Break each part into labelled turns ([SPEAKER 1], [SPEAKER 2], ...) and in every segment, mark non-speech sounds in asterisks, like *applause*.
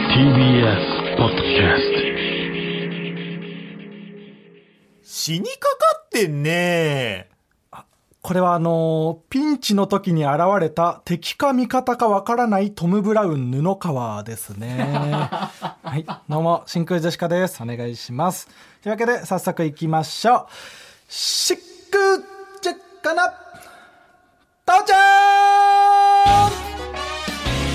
[SPEAKER 1] TBS ポッドキャス
[SPEAKER 2] 死にかかってんね
[SPEAKER 3] これはあのーピンチの時に現れた敵か味方かわからないトム・ブラウン布川ですね。はい。どうも、真空ジェシカです。お願いします。というわけで、早速行きましょう。真空ジェシカな、タオちゃん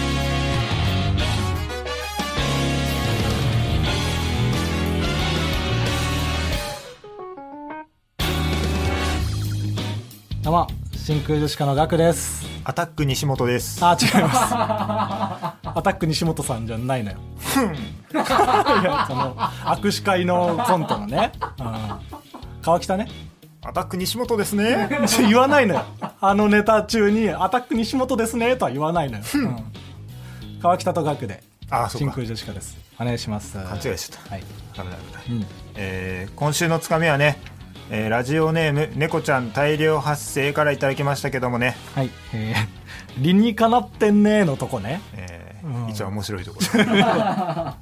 [SPEAKER 3] どうも、真空ジェシカのガクです。
[SPEAKER 2] アタック西本です。
[SPEAKER 3] あ、違います。アタック西本さんじゃないのよ。 *laughs* いや、その、握手会のコントのね。うん。川北ね。
[SPEAKER 2] アタック西本ですね。
[SPEAKER 3] ちょ言わないのよ。あのネタ中に、アタック西本ですね、とは言わないのよ。うん川北と学で、
[SPEAKER 2] あ、そう
[SPEAKER 3] 真
[SPEAKER 2] か。
[SPEAKER 3] 空ジェシカです。お願いします。
[SPEAKER 2] 間違えちゃった。
[SPEAKER 3] はい。
[SPEAKER 2] ダメだダメだ
[SPEAKER 3] うん。
[SPEAKER 2] えー今週のつかみはね、えーラジオネーム、猫ちゃん大量発生からいただきましたけどもね、
[SPEAKER 3] はい。えー、理にかなってんねーのとこね。
[SPEAKER 2] え
[SPEAKER 3] うん
[SPEAKER 2] ー、一番面白いところ。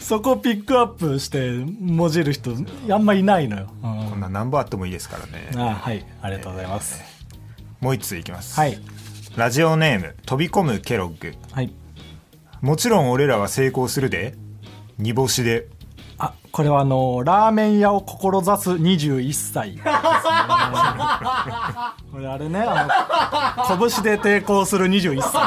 [SPEAKER 3] そこピックアップして、もじる人、あんまいないのよ。うん
[SPEAKER 2] こんな何本あってもいいですからね。
[SPEAKER 3] あ *laughs* はい。ありがとうございます。
[SPEAKER 2] もう一通いきます。
[SPEAKER 3] はい。
[SPEAKER 2] ラジオネーム、飛び込むケロッグ。
[SPEAKER 3] はい。
[SPEAKER 2] もちろん俺らは成功するで。煮干しで。
[SPEAKER 3] あ、これはあの、ラーメン屋を志す21
[SPEAKER 2] *laughs*
[SPEAKER 3] 歳ですね、これあれね、あの、拳で抵抗する21歳、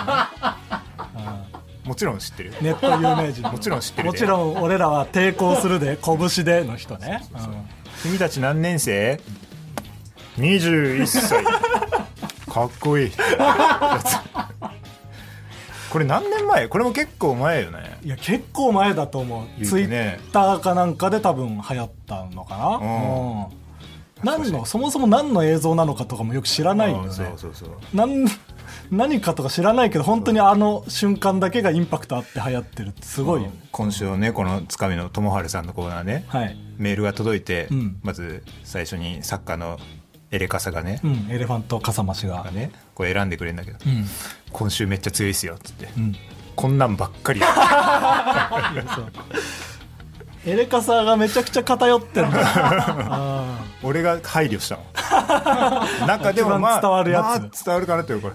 [SPEAKER 2] もちろん知ってる。
[SPEAKER 3] ネット有名人の。
[SPEAKER 2] もちろん知ってるで
[SPEAKER 3] もちろん俺らは抵抗す
[SPEAKER 2] *laughs*
[SPEAKER 3] るで、拳での人ね。うん
[SPEAKER 2] 君たち何年生 ?21 歳かっこいいやつこれ何年前これも結構前よね
[SPEAKER 3] いや、結構前だと思う。
[SPEAKER 2] 言う
[SPEAKER 3] ツ
[SPEAKER 2] て
[SPEAKER 3] イッ
[SPEAKER 2] ね
[SPEAKER 3] ターかなんかで多分流行ったのかな。
[SPEAKER 2] うん
[SPEAKER 3] うん何の、そもそも何の映像なのかとかもよく知らないよ
[SPEAKER 2] う
[SPEAKER 3] ね。
[SPEAKER 2] んそうそうそう
[SPEAKER 3] なん *laughs* 何かとか知らないけど本当にあの瞬間だけがインパクトあって流行ってるってすごいよね、
[SPEAKER 2] 今週ねこのつかみの友春さんのコーナーね、
[SPEAKER 3] はい、
[SPEAKER 2] メールが届いて、
[SPEAKER 3] うん
[SPEAKER 2] まず最初に作家のエレカサがね,、
[SPEAKER 3] うん、エレファントかさ増しが
[SPEAKER 2] がねこう選んでくれるんだけど、
[SPEAKER 3] うん
[SPEAKER 2] 今週めっちゃ強いっすよっつって、
[SPEAKER 3] うん *laughs*
[SPEAKER 2] こんなんばっかり
[SPEAKER 3] そうエレカサがめちゃくちゃ偏ってるんだあ
[SPEAKER 2] 俺が配慮したの
[SPEAKER 3] *laughs*
[SPEAKER 2] 中でもまあ
[SPEAKER 3] 一番伝わるやつ
[SPEAKER 2] まあ伝わるかなというこれ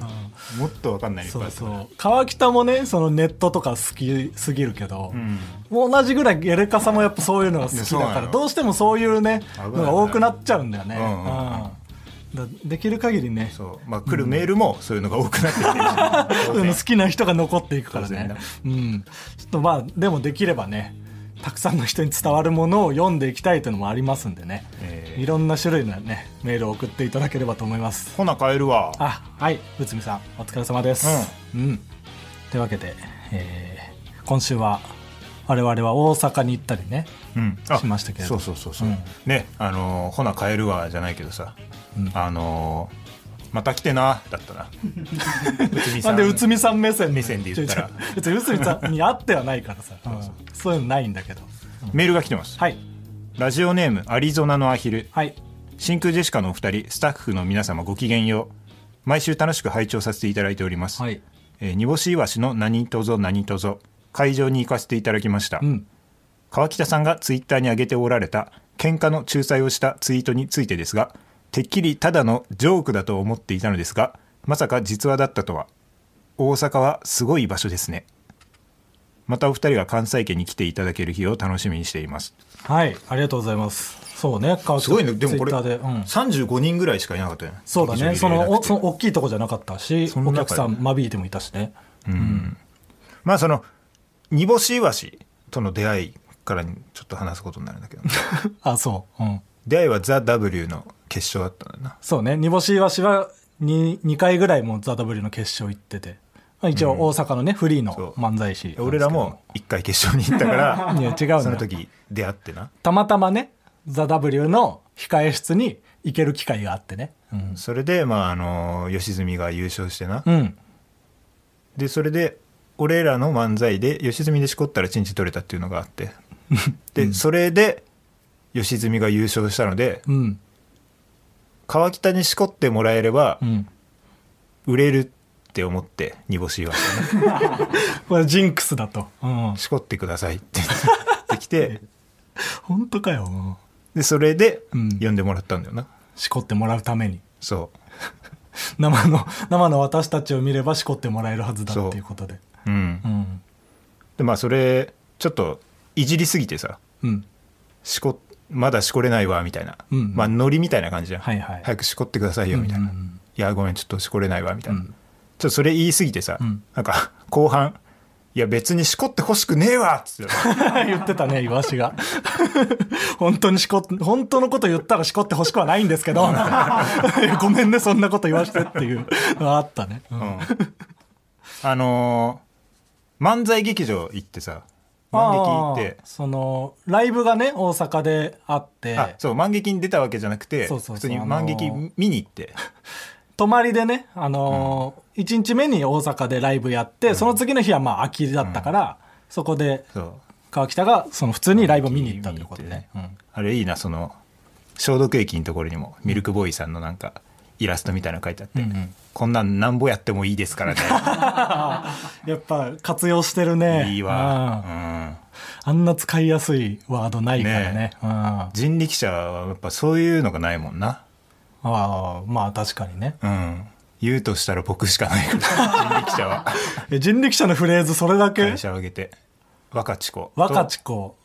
[SPEAKER 2] もっとわかんない
[SPEAKER 3] ー
[SPEAKER 2] のいっぱい
[SPEAKER 3] そ
[SPEAKER 2] あ
[SPEAKER 3] う
[SPEAKER 2] った
[SPEAKER 3] そう川北もねそのネットとか好きすぎるけど、同じぐらいエレカサもやっぱそういうのが好きだ
[SPEAKER 2] いやそう
[SPEAKER 3] か
[SPEAKER 2] な
[SPEAKER 3] ら
[SPEAKER 2] の
[SPEAKER 3] どうしてもそういうね
[SPEAKER 2] 危ない
[SPEAKER 3] のが多くなっちゃうんだよね、
[SPEAKER 2] うんうんうん
[SPEAKER 3] うんだできる限りね
[SPEAKER 2] そうまあ、来るメールもそういうのが多くなってきてるし、
[SPEAKER 3] うん、好きな人が残っていくから
[SPEAKER 2] 当然だ。
[SPEAKER 3] ねうん。ちょっとまあ、でもできればね、たくさんの人に伝わるものを読んでいきたいというのもありますんでね。
[SPEAKER 2] え
[SPEAKER 3] いろんな種類のね、メールを送っていただければと思います。
[SPEAKER 2] ほな帰るわ
[SPEAKER 3] あ、はい。内海さん、お疲れ様です。うん。というわけで、えー今週は、我々は大阪に行ったりね。
[SPEAKER 2] うん
[SPEAKER 3] しましたけれど
[SPEAKER 2] そうそうそうそう、
[SPEAKER 3] うん
[SPEAKER 2] ねあのーほな帰るわじゃないけどさ、
[SPEAKER 3] うん
[SPEAKER 2] あのーまた来てなだった
[SPEAKER 3] *laughs*
[SPEAKER 2] な内海さん
[SPEAKER 3] なんで内海さん目線
[SPEAKER 2] 目線で言ったら
[SPEAKER 3] ちょいちょい別に内海さんに会ってはないからさ。うんそういうのないんだけど。
[SPEAKER 2] メールが来てます、
[SPEAKER 3] はい。
[SPEAKER 2] ラジオネームアリゾナのアヒル
[SPEAKER 3] はい。
[SPEAKER 2] 真空ジェシカのお二人スタッフの皆様ごきげんよう毎週楽しく拝聴させていただいております、
[SPEAKER 3] はい。
[SPEAKER 2] えー煮干しイワシの何とぞ何とぞ会場に行かせていただきました、
[SPEAKER 3] うん。
[SPEAKER 2] 川北さんがツイッターに上げておられた喧嘩の仲裁をしたツイートについてですがてっきりただのジョークだと思っていたのですがまさか実話だったとは大阪はすごい場所ですねまたお二人が関西圏に来ていただける日を楽しみにしています
[SPEAKER 3] はい、ありがとうございます。そうね、川
[SPEAKER 2] すごいねでもこれ
[SPEAKER 3] ツイッターで、うん、
[SPEAKER 2] 35人ぐらいしかいなかったよね
[SPEAKER 3] そうだね、そのおその大きいとこじゃなかったし、
[SPEAKER 2] その
[SPEAKER 3] お
[SPEAKER 2] 中で
[SPEAKER 3] 客さん間引いてもいたしね。
[SPEAKER 2] まあその煮干しイワシとの出会いからにちょっと話すことになるんだけど
[SPEAKER 3] *laughs* あ、そう、うん、
[SPEAKER 2] 出会いはザ・ W の決勝だったんだな
[SPEAKER 3] そうね、煮干しイワシは 2, 2回ぐらいもうザ・ W の決勝行ってて、まあ、一応大阪のね、フリー
[SPEAKER 2] そ
[SPEAKER 3] の
[SPEAKER 2] う
[SPEAKER 3] 漫才師なんですけど。
[SPEAKER 2] 俺らも一回決勝に行ったから
[SPEAKER 3] *laughs* いや違うのよ
[SPEAKER 2] その時出会ってな
[SPEAKER 3] たまたまね、ザ・ W の控え室に行ける機会があってね。うん。
[SPEAKER 2] それでまああの良純が優勝してな、
[SPEAKER 3] うん、
[SPEAKER 2] でそれで俺らの漫才で良純でしこったらチンチ取れたっていうのがあって
[SPEAKER 3] *laughs*
[SPEAKER 2] で、それで良純が優勝したので
[SPEAKER 3] うん、
[SPEAKER 2] 川北にしこってもらえれば
[SPEAKER 3] うん。
[SPEAKER 2] 売れるっって思って煮干し言わせたね *laughs*
[SPEAKER 3] これジンクスだと。うん。
[SPEAKER 2] 絞ってくださいって言ってきて
[SPEAKER 3] 本当かよ。うん
[SPEAKER 2] でそれで
[SPEAKER 3] うん
[SPEAKER 2] 呼んでもらったんだよな、
[SPEAKER 3] しこってもらうために。
[SPEAKER 2] そ
[SPEAKER 3] 生の、生の私たちを見ればしこってもらえるはずだ
[SPEAKER 2] そう
[SPEAKER 3] っていうことで。
[SPEAKER 2] ううん
[SPEAKER 3] うん。
[SPEAKER 2] でまあそれちょっといじりすぎてさ
[SPEAKER 3] うん。
[SPEAKER 2] しこまだしこれないわみたいな、
[SPEAKER 3] うん
[SPEAKER 2] まあノリみたいな感じじゃん、
[SPEAKER 3] はいはい
[SPEAKER 2] 早くしこってくださいよみたいな、
[SPEAKER 3] うんうんうん
[SPEAKER 2] いやごめんちょっとしこれないわみたいな、
[SPEAKER 3] うん
[SPEAKER 2] ちょっとそれ言いすぎてさ、
[SPEAKER 3] うん
[SPEAKER 2] なんか後半いや別にしこってほしくねえわっつって
[SPEAKER 3] *laughs* 言ってたね、イワシが。 *laughs* 本当にしこっ、本当のこと言ったらしこって欲しくはないんですけど。い *laughs* やごめんね、そんなこと言わしてっていうのはあったね。うん
[SPEAKER 2] うんあのー漫才劇場行ってさ万劇行って
[SPEAKER 3] あーその、ライブがね、大阪であって、
[SPEAKER 2] あそう万劇に出たわけじゃなくて
[SPEAKER 3] そうそうそう
[SPEAKER 2] 普通に万劇見に行って、
[SPEAKER 3] 泊まりでね、あのー1日目に大阪でライブやって、その次の日はまあ、空きだったから、そこで、
[SPEAKER 2] そう
[SPEAKER 3] 川北が、その普通にライブを見に行ったということでね。
[SPEAKER 2] 見に行ってねあれいいなその消毒液のところにもミルクボーイさんのなんかイラストみたいなの書いてあって、
[SPEAKER 3] うんうん
[SPEAKER 2] こんなんなんぼやってもいいです
[SPEAKER 3] *laughs*
[SPEAKER 2] からね
[SPEAKER 3] やっぱ、活用してるね。
[SPEAKER 2] いい
[SPEAKER 3] うん
[SPEAKER 2] わ、うん
[SPEAKER 3] あんな使いやすいワードないからね。
[SPEAKER 2] ね
[SPEAKER 3] うん、あ
[SPEAKER 2] 人力車はやっぱそういうのがないもんな
[SPEAKER 3] あ、まあ確かにね。
[SPEAKER 2] うん言うとしたら僕しかないから人力車は
[SPEAKER 3] *laughs* え人力車のフレーズそれだけ
[SPEAKER 2] 会社を挙げて若智子
[SPEAKER 3] 若
[SPEAKER 2] と
[SPEAKER 3] ち子。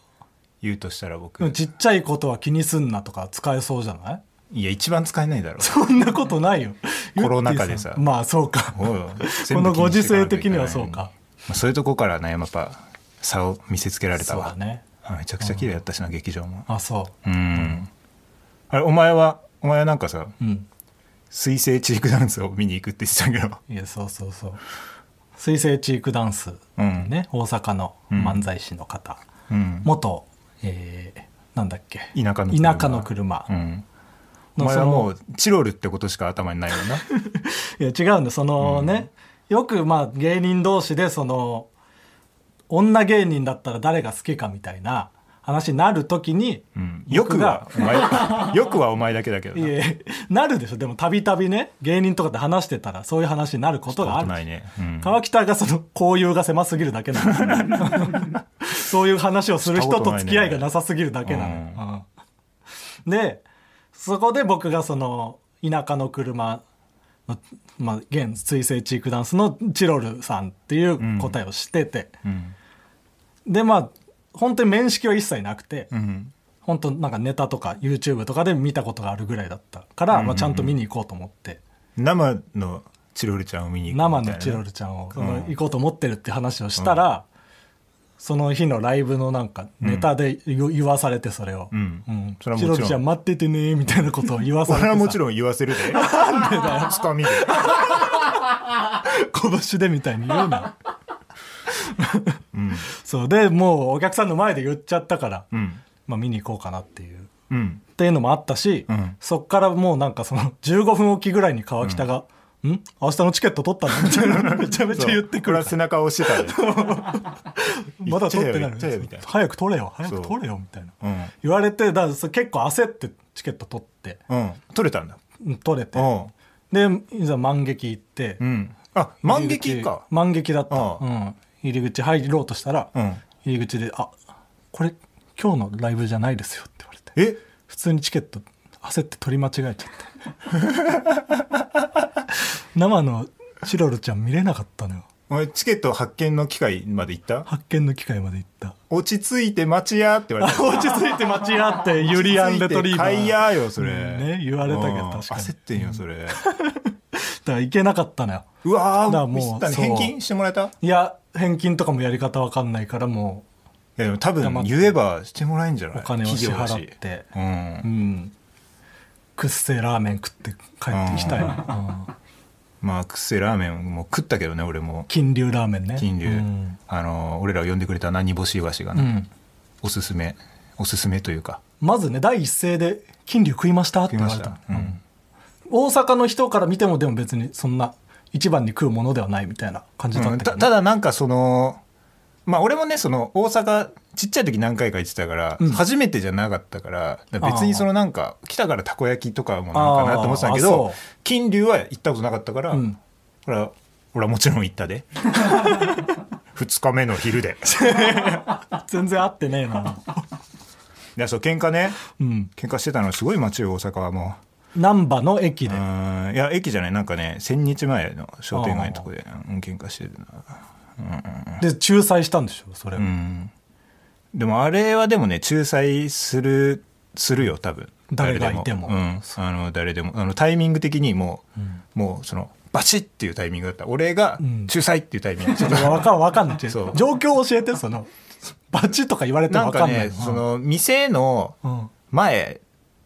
[SPEAKER 2] 言うとしたら僕
[SPEAKER 3] でもちっちゃいことは気にすんなとか使えそうじゃ
[SPEAKER 2] *laughs*
[SPEAKER 3] ない
[SPEAKER 2] いや一番使えない
[SPEAKER 3] *laughs*
[SPEAKER 2] だろ
[SPEAKER 3] そんなことないよ。
[SPEAKER 2] *laughs* コロナ禍でさ
[SPEAKER 3] ゆってぃんまあそうか。
[SPEAKER 2] おいおい
[SPEAKER 3] こ
[SPEAKER 2] 全
[SPEAKER 3] の
[SPEAKER 2] 部気
[SPEAKER 3] ご
[SPEAKER 2] に
[SPEAKER 3] 時
[SPEAKER 2] してか
[SPEAKER 3] 世
[SPEAKER 2] なきゃい
[SPEAKER 3] 的
[SPEAKER 2] けない
[SPEAKER 3] に
[SPEAKER 2] の
[SPEAKER 3] はそうか。
[SPEAKER 2] まあそういうとこからねやっぱ差を見せつけられた
[SPEAKER 3] そう
[SPEAKER 2] わ
[SPEAKER 3] だね。
[SPEAKER 2] あめちゃくちゃ綺麗だったしな、劇場も
[SPEAKER 3] あ、そ
[SPEAKER 2] うんあれお前はお前はなんかさ
[SPEAKER 3] う。うん。
[SPEAKER 2] 水星チークダンスを見に行くって言ってたけど
[SPEAKER 3] いや、そうそうそう。水星チークダンス。
[SPEAKER 2] うん
[SPEAKER 3] ね、大阪の漫才師の方。
[SPEAKER 2] うん
[SPEAKER 3] 元、えー、なんだっけ。
[SPEAKER 2] 田舎の
[SPEAKER 3] 田舎の車
[SPEAKER 2] う。んお
[SPEAKER 3] の
[SPEAKER 2] 前は
[SPEAKER 3] その
[SPEAKER 2] もうチロルってことしか頭にない
[SPEAKER 3] *laughs*
[SPEAKER 2] もんな
[SPEAKER 3] いや違うんだよそのね、よくまあ芸人同士でその女芸人だったら誰が好きかみたいな話になる時に、
[SPEAKER 2] うんよくはお前 *laughs* よくはお前だけだけど
[SPEAKER 3] い
[SPEAKER 2] な
[SPEAKER 3] やなるでしょでもたびたびね芸人とかで話してたらそういう話になることがあ
[SPEAKER 2] こと
[SPEAKER 3] る
[SPEAKER 2] ないね、うん、
[SPEAKER 3] 川北がその交友が狭すぎるだけな *laughs* のそういう話をする人と付き合いがなさすぎるだけなの、
[SPEAKER 2] したことな
[SPEAKER 3] うんでそこで僕がその田舎の車の、まあ、現水星チークダンスのチロルさんっていう答えをしてて、
[SPEAKER 2] うん
[SPEAKER 3] でまあ本当に面識は一切なくて、
[SPEAKER 2] うん
[SPEAKER 3] 本当なんかネタとか YouTube とかで見たことがあるぐらいだったから、まあ、ちゃんと見に行こうと思って。
[SPEAKER 2] 生のチロルちゃんを見に行く
[SPEAKER 3] 生
[SPEAKER 2] みたいな
[SPEAKER 3] のチロルちゃんをその
[SPEAKER 2] うん
[SPEAKER 3] 行こうと思ってるって話をしたら、その日のライブのなんかネタで言言わされてそれを、
[SPEAKER 2] うん
[SPEAKER 3] うん
[SPEAKER 2] それはもち
[SPEAKER 3] チロ
[SPEAKER 2] ろん
[SPEAKER 3] ルちゃん待っててねみたいなことを言わされて
[SPEAKER 2] 俺はもち
[SPEAKER 3] ろん
[SPEAKER 2] ろん言わせる
[SPEAKER 3] *laughs*
[SPEAKER 2] でなんでだよつかみで
[SPEAKER 3] 拳でみたいに言うな、 *laughs* そうでもうお客さんの前で言っちゃったから、
[SPEAKER 2] うん
[SPEAKER 3] まあ、見に行こうかなっていう
[SPEAKER 2] うん
[SPEAKER 3] っていうのもあったし、
[SPEAKER 2] うん
[SPEAKER 3] そっからもうなんかその15分おきぐらいに川北が「ん明日のチケット取ったの?」みたいなめちゃめちゃ言ってく
[SPEAKER 2] そう俺は
[SPEAKER 3] る
[SPEAKER 2] 背中を押してたで
[SPEAKER 3] まだ取ってないの
[SPEAKER 2] 言っちゃえよ言っちゃえよみたいな
[SPEAKER 3] 早く取れよ早
[SPEAKER 2] そ
[SPEAKER 3] く
[SPEAKER 2] う
[SPEAKER 3] 取れよみたいな
[SPEAKER 2] うん
[SPEAKER 3] 言われてだからそれ結構焦ってチケット取って
[SPEAKER 2] うん取れたんだ
[SPEAKER 3] うん取れて
[SPEAKER 2] おう
[SPEAKER 3] でいざ万劇行って
[SPEAKER 2] うんあ万劇か
[SPEAKER 3] 万劇だった
[SPEAKER 2] ああ
[SPEAKER 3] うん入り口入ろうとしたら
[SPEAKER 2] うん
[SPEAKER 3] 入り口で「あこれ今日のライブじゃないですよ」って言われ
[SPEAKER 2] え
[SPEAKER 3] て普通にチケット焦って取り間違えちゃって *laughs* 生のチロルちゃん見れなかったのよ
[SPEAKER 2] お前チケット発見の機会まで行った
[SPEAKER 3] 発見の機会まで行った
[SPEAKER 2] 落ち着いて待ちやって言われ
[SPEAKER 3] *laughs*
[SPEAKER 2] た
[SPEAKER 3] 落ち着いて待ち合 *laughs* ってユリアン・レトリーバー
[SPEAKER 2] 買いやよそれ、
[SPEAKER 3] うんね言われたけど
[SPEAKER 2] うん
[SPEAKER 3] 確かに
[SPEAKER 2] 焦ってんよそれ
[SPEAKER 3] だから行けなかったのよ
[SPEAKER 2] うわ
[SPEAKER 3] だから
[SPEAKER 2] ー
[SPEAKER 3] もう
[SPEAKER 2] ミスったね
[SPEAKER 3] そう
[SPEAKER 2] 返金してもらえたい
[SPEAKER 3] いや返金とかもやり方わかんないからも
[SPEAKER 2] やでも多
[SPEAKER 3] 黙
[SPEAKER 2] 分
[SPEAKER 3] って
[SPEAKER 2] 言えばしてもらえんじゃ
[SPEAKER 3] う
[SPEAKER 2] ない
[SPEAKER 3] お金を支
[SPEAKER 2] 企業だし
[SPEAKER 3] 払って
[SPEAKER 2] う
[SPEAKER 3] うんんくっせえラーメン食って帰ってきたよ、うん
[SPEAKER 2] まあくせラーメンも食ったけどね俺も
[SPEAKER 3] 金龍ラーメンね
[SPEAKER 2] 金龍、
[SPEAKER 3] うん、
[SPEAKER 2] あの俺らを呼んでくれた何干しイワシが
[SPEAKER 3] う
[SPEAKER 2] ね、
[SPEAKER 3] ん
[SPEAKER 2] おすすめおすすめというか
[SPEAKER 3] まずね第一声で「金龍食いました?」って
[SPEAKER 2] 食い
[SPEAKER 3] 言
[SPEAKER 2] ま
[SPEAKER 3] われ
[SPEAKER 2] したた、うん
[SPEAKER 3] 大阪の人から見てもでも別にそんな一番に食うものではないみたいな感じだった
[SPEAKER 2] うん
[SPEAKER 3] けど、
[SPEAKER 2] たた
[SPEAKER 3] ね
[SPEAKER 2] だなんかそのまあ俺もねその大阪ちっちゃい時何回か行ってたから、
[SPEAKER 3] うん
[SPEAKER 2] 初めてじゃなかったからだから別にそのなんか来たからたこ焼きとかもなんかなと思ってたんだけ
[SPEAKER 3] あーあ
[SPEAKER 2] ど
[SPEAKER 3] そう
[SPEAKER 2] 金龍は行ったことなかったから、
[SPEAKER 3] うん
[SPEAKER 2] これは俺はもちろん行ったで *laughs* 二日目の昼
[SPEAKER 3] *laughs*
[SPEAKER 2] で
[SPEAKER 3] 全然合ってね
[SPEAKER 2] *laughs*
[SPEAKER 3] えな。
[SPEAKER 2] でそう喧嘩ね
[SPEAKER 3] うん。
[SPEAKER 2] 喧嘩してたのすごい街よ大阪はも
[SPEAKER 3] 難波の駅
[SPEAKER 2] う
[SPEAKER 3] で
[SPEAKER 2] う。ーんいや駅じゃないなんかね千日前の商店街のとこでうん喧嘩してるな
[SPEAKER 3] で、仲裁したんでしょ、それ。
[SPEAKER 2] うんでもあれはでもね仲裁するするよ多分
[SPEAKER 3] 誰がいても
[SPEAKER 2] 誰でうん、あの誰でもあのタイミング的にもう、もうそのバチッっていうタイミングだった俺が
[SPEAKER 3] うん
[SPEAKER 2] 仲裁っていうタイミング、
[SPEAKER 3] *laughs* わかん、わかんない。状
[SPEAKER 2] そう
[SPEAKER 3] 況教えて、その、バチとか言われても
[SPEAKER 2] な
[SPEAKER 3] わ
[SPEAKER 2] ん
[SPEAKER 3] か
[SPEAKER 2] か
[SPEAKER 3] んない。
[SPEAKER 2] ねその店の
[SPEAKER 3] うん、
[SPEAKER 2] 前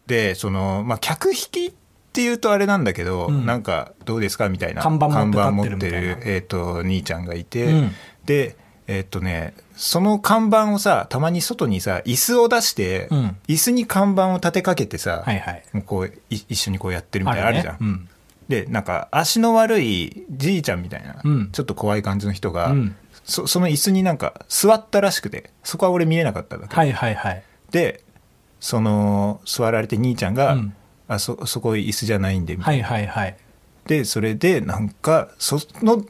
[SPEAKER 2] でその、まあ、客引きっていうとあれなんだけど、
[SPEAKER 3] うん
[SPEAKER 2] なんかどうですかみたいな
[SPEAKER 3] 看板持って立って
[SPEAKER 2] 看板
[SPEAKER 3] るみたいな
[SPEAKER 2] 持ってるえー、と兄ちゃんがいて、
[SPEAKER 3] うん
[SPEAKER 2] でえっ、とねその看板をさたまに外にさ椅子を出して、
[SPEAKER 3] うん
[SPEAKER 2] 椅子に看板を立てかけてさ、
[SPEAKER 3] はいはい。
[SPEAKER 2] もうこうい一緒にこうやってるみたいなあるじゃん。
[SPEAKER 3] うん。
[SPEAKER 2] でなんか足の悪いじいちゃんみたいな、
[SPEAKER 3] うん
[SPEAKER 2] ちょっと怖い感じの人が、
[SPEAKER 3] うん
[SPEAKER 2] そその椅子になんか座ったらしくてそこは俺見れなかったんだけど、
[SPEAKER 3] はいはいはい。
[SPEAKER 2] でその座られて兄ちゃんが「
[SPEAKER 3] うん
[SPEAKER 2] あそそこ椅子じゃないんで」みたいな
[SPEAKER 3] はいはいはい。
[SPEAKER 2] でそれでなんかその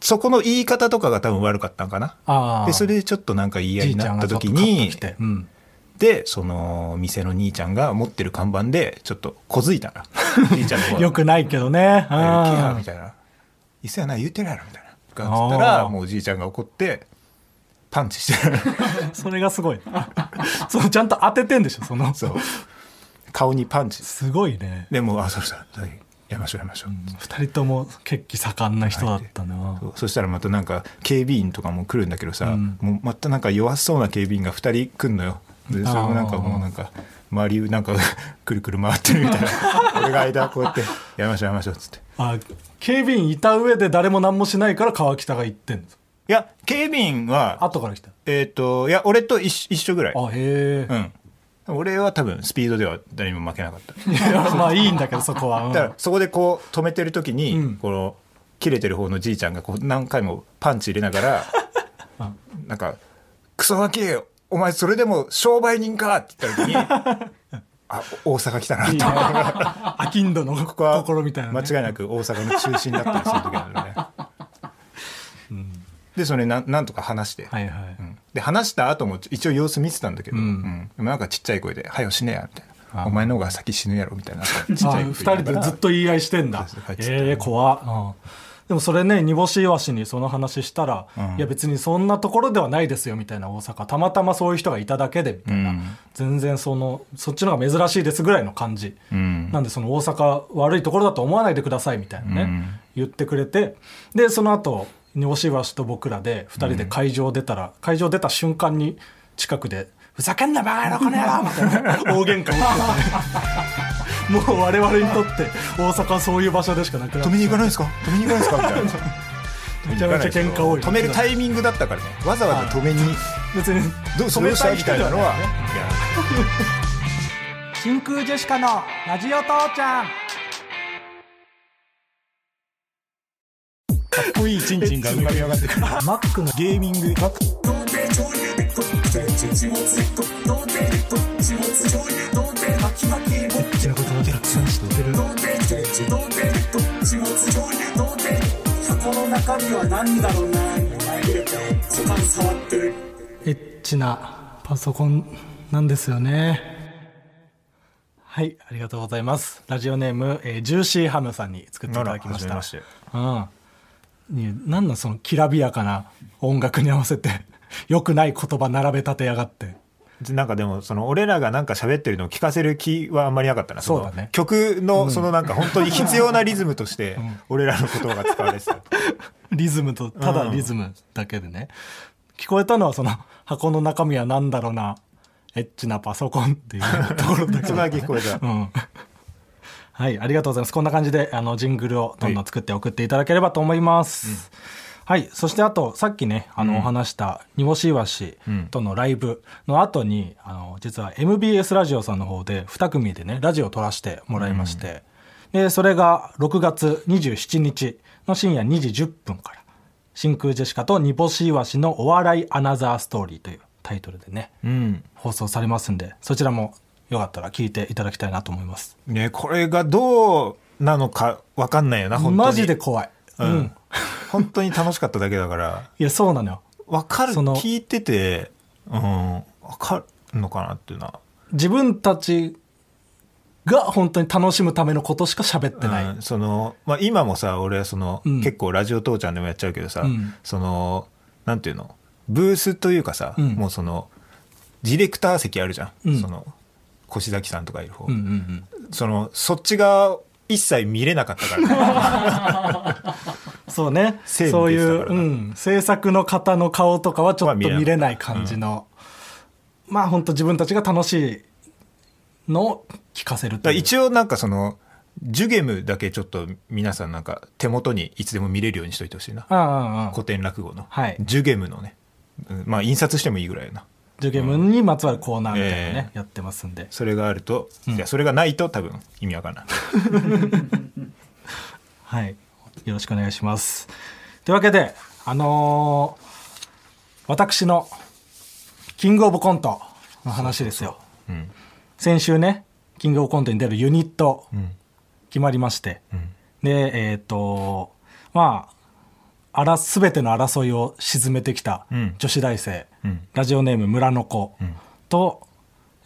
[SPEAKER 2] そこの言い方とかが多分悪かったんかな
[SPEAKER 3] ああ。
[SPEAKER 2] でそれでちょっとなんか言い合い
[SPEAKER 3] じ
[SPEAKER 2] に
[SPEAKER 3] いちゃ
[SPEAKER 2] なんった
[SPEAKER 3] がちょっと
[SPEAKER 2] 時
[SPEAKER 3] カッ
[SPEAKER 2] に
[SPEAKER 3] ときてうん。
[SPEAKER 2] でその店の兄ちゃんが持ってる看板でちょっと小づいた
[SPEAKER 3] *laughs*
[SPEAKER 2] ら兄ちゃんの方が
[SPEAKER 3] よくないけどね。
[SPEAKER 2] 「あいる気や」
[SPEAKER 3] う
[SPEAKER 2] み
[SPEAKER 3] ん
[SPEAKER 2] たいな「椅子やな言うてるやろ」みたいながつったら
[SPEAKER 3] あー
[SPEAKER 2] もうおじいちゃんが怒ってパンチしてる *laughs*
[SPEAKER 3] それがすごい。 *laughs* そのちゃんと当ててんでしょ、その。
[SPEAKER 2] そう顔にパンチ
[SPEAKER 3] すごいね。
[SPEAKER 2] でもうあそうそうそうやりましょうやりましょう」
[SPEAKER 3] 二人とも血気盛んな人だったな。
[SPEAKER 2] そうそしたらまたなんか警備員とかも来るんだけどさ、
[SPEAKER 3] うん
[SPEAKER 2] もうまたなんか弱そうな警備員が2人来んのよでそれもなんか
[SPEAKER 3] あー
[SPEAKER 2] もうなんか周りなんか *laughs* くるくる回ってるみたい
[SPEAKER 3] *laughs*
[SPEAKER 2] な俺が間こうやって「やめましょうやめましょう」っつって
[SPEAKER 3] あ、警備員いた上で誰も何もしないから川北が行ってんです。
[SPEAKER 2] いや警備員は
[SPEAKER 3] 後から来た。
[SPEAKER 2] えっ、といや俺と一緒一緒ぐらい
[SPEAKER 3] あ、へ
[SPEAKER 2] う
[SPEAKER 3] え。
[SPEAKER 2] ん俺は多分スピードでは誰にも負けなかった
[SPEAKER 3] いや *laughs* まあいいんだけど、そこは。うん
[SPEAKER 2] だからそこでこう止めてる時に、
[SPEAKER 3] うん
[SPEAKER 2] この切れてる方のじいちゃんがこう何回もパンチ入れなが
[SPEAKER 3] *laughs*
[SPEAKER 2] らなんか「クソガキお前それでも商売人か!」って言った時に
[SPEAKER 3] *laughs*
[SPEAKER 2] あ大阪来たなと
[SPEAKER 3] *laughs* いい
[SPEAKER 2] *laughs*
[SPEAKER 3] ね *laughs* アキンドの
[SPEAKER 2] ここは
[SPEAKER 3] ところみたいなね、
[SPEAKER 2] 間違いなく大阪の中心だったりする時なんだ
[SPEAKER 3] *laughs*
[SPEAKER 2] ね。でそれなんなんとか話して、
[SPEAKER 3] はいはい、
[SPEAKER 2] うんで話した後も一応様子見てたんだけど、
[SPEAKER 3] うん
[SPEAKER 2] うんでもなんかちっちゃい声で「はよ死ねや」みたい
[SPEAKER 3] あ
[SPEAKER 2] な「お前の方が先死ぬやろ」みたいなちっち
[SPEAKER 3] *laughs* あ
[SPEAKER 2] ゃい声言い
[SPEAKER 3] 二
[SPEAKER 2] な
[SPEAKER 3] 人
[SPEAKER 2] が
[SPEAKER 3] で
[SPEAKER 2] ら
[SPEAKER 3] ずっと言い合いしてんだ
[SPEAKER 2] そうです
[SPEAKER 3] ええ怖っ、うんでもそれね煮干しイワシにその話したら、
[SPEAKER 2] うん
[SPEAKER 3] いや別にそんなところではないですよみたいな大阪たまたまそういう人がいただけでみたいな、
[SPEAKER 2] うん
[SPEAKER 3] 全然そのそっちの方が珍しいですぐらいの感じ、
[SPEAKER 2] うん
[SPEAKER 3] なんでその大阪悪いところだと思わないでくださいみたいなね、
[SPEAKER 2] うん
[SPEAKER 3] 言ってくれてでその後煮干しわしと僕らで2人で会場出たら、会場出た瞬間に近くで「ふざけんなバカ野郎この野郎!」みた
[SPEAKER 2] *laughs*
[SPEAKER 3] いな大喧嘩言ってたねもう我々にとって大阪はそういう場所でしかなくなっ
[SPEAKER 2] 止めに行かないんですか止めに行かないんですかみたいな
[SPEAKER 3] めちゃめちゃ喧嘩多い
[SPEAKER 2] 止めるタイミングだったからねわざわざ止めに
[SPEAKER 3] 別に
[SPEAKER 2] どう止めたいみたいなのは
[SPEAKER 3] 真空ジェシカのラジオ父ちゃん
[SPEAKER 2] かっこいいチンチンが浮かび上がってくる
[SPEAKER 3] マックの
[SPEAKER 2] ゲーミング
[SPEAKER 3] エッチなパソコンなんですよねはいありがとうございますラジオネーム、えージューシーハムさんに作っていただきまし
[SPEAKER 2] な
[SPEAKER 3] た
[SPEAKER 2] ら初めま
[SPEAKER 3] うんねなんなんそのきらびやかな音楽に合わせて *laughs* 良くない言葉並べ立てやがって
[SPEAKER 2] なんかでもその俺らがなんか喋ってるのを聞かせる気はあんまりなかったな
[SPEAKER 3] そうだね
[SPEAKER 2] の曲のそのなんか本当に必要なリズムと
[SPEAKER 3] *laughs*
[SPEAKER 2] して俺らの言葉が使われてた
[SPEAKER 3] リズムとただリズムだけでね、聞こえたのはその箱の中身は何だろうなエッチなパソコンっていうところだけ
[SPEAKER 2] そこだけ聞こえた
[SPEAKER 3] うん。はい、ありがとうございます。こんな感じで、あの、ジングルをどんどん作って送っていただければと思います。はい、そしてあと、さっきね、あの、お話した、煮干しイワシとのライブの後に、あの、実は MBS ラジオさんの方で、2組でね、ラジオを撮らせてもらいまして、で、それが6月27日の深夜2時10分から、真空ジェシカと煮干しイワシのお笑いアナザーストーリーというタイトルでね、
[SPEAKER 2] うん
[SPEAKER 3] 放送されますんでそちらもよかったら聞いていただきたいなと思います
[SPEAKER 2] ねこれがどうなのかわかんないよな本当に
[SPEAKER 3] マジで怖い、
[SPEAKER 2] うん本当に楽しかっただけだから
[SPEAKER 3] いやそうなのよ
[SPEAKER 2] わかる
[SPEAKER 3] その
[SPEAKER 2] 聞いててうんわかるのかなっていうのは
[SPEAKER 3] 自分たちが本当に楽しむためのことしか喋ってない、
[SPEAKER 2] うんそのまあ、今もさ俺はその、
[SPEAKER 3] うん
[SPEAKER 2] 結構ラジオ父ちゃんでもやっちゃうけどさ、
[SPEAKER 3] うん
[SPEAKER 2] そのなんていうのブースというかさ、
[SPEAKER 3] うん
[SPEAKER 2] もうそのディレクター席あるじゃん、
[SPEAKER 3] うん
[SPEAKER 2] その越崎さんとかいる方、
[SPEAKER 3] うんうんうん
[SPEAKER 2] そのそっちが一切見れなかった
[SPEAKER 3] *laughs*
[SPEAKER 2] から、ね、
[SPEAKER 3] そうね
[SPEAKER 2] 整
[SPEAKER 3] そう
[SPEAKER 2] 備
[SPEAKER 3] い
[SPEAKER 2] でした
[SPEAKER 3] う、
[SPEAKER 2] から
[SPEAKER 3] う、
[SPEAKER 2] なん
[SPEAKER 3] 制作の方の顔とかはちょっと
[SPEAKER 2] まあ見れなかった
[SPEAKER 3] 見れない感じの、まあ本当自分たちが楽しいのを聞かせる
[SPEAKER 2] だか
[SPEAKER 3] と
[SPEAKER 2] ら
[SPEAKER 3] いう
[SPEAKER 2] 一応なんかそのジュゲムだけちょっと皆さんなんか手元にいつでも見れるようにしといてほしいな、
[SPEAKER 3] うんうんうん
[SPEAKER 2] 古典落語の、
[SPEAKER 3] はい
[SPEAKER 2] ジュゲムのね、うんまあ印刷してもいいぐらいよな
[SPEAKER 3] ジュゲムにまつわるコーナーみたいなね、
[SPEAKER 2] え
[SPEAKER 3] やってますんで
[SPEAKER 2] それがあると、
[SPEAKER 3] うん
[SPEAKER 2] いやそれがないと多分意味わか
[SPEAKER 3] *laughs*
[SPEAKER 2] んない
[SPEAKER 3] はい。よろしくお願いします。というわけで、あのー私の、キングオブコントの話ですよ。
[SPEAKER 2] うん
[SPEAKER 3] 先週ね、キングオブコントに出るユニット、
[SPEAKER 2] うん
[SPEAKER 3] 決まりまして。
[SPEAKER 2] うん
[SPEAKER 3] で、えっ、と、まあ、あら、すべての争いを沈めてきた
[SPEAKER 2] うん
[SPEAKER 3] 女子大生、
[SPEAKER 2] うん
[SPEAKER 3] ラジオネーム村の子
[SPEAKER 2] うん
[SPEAKER 3] と、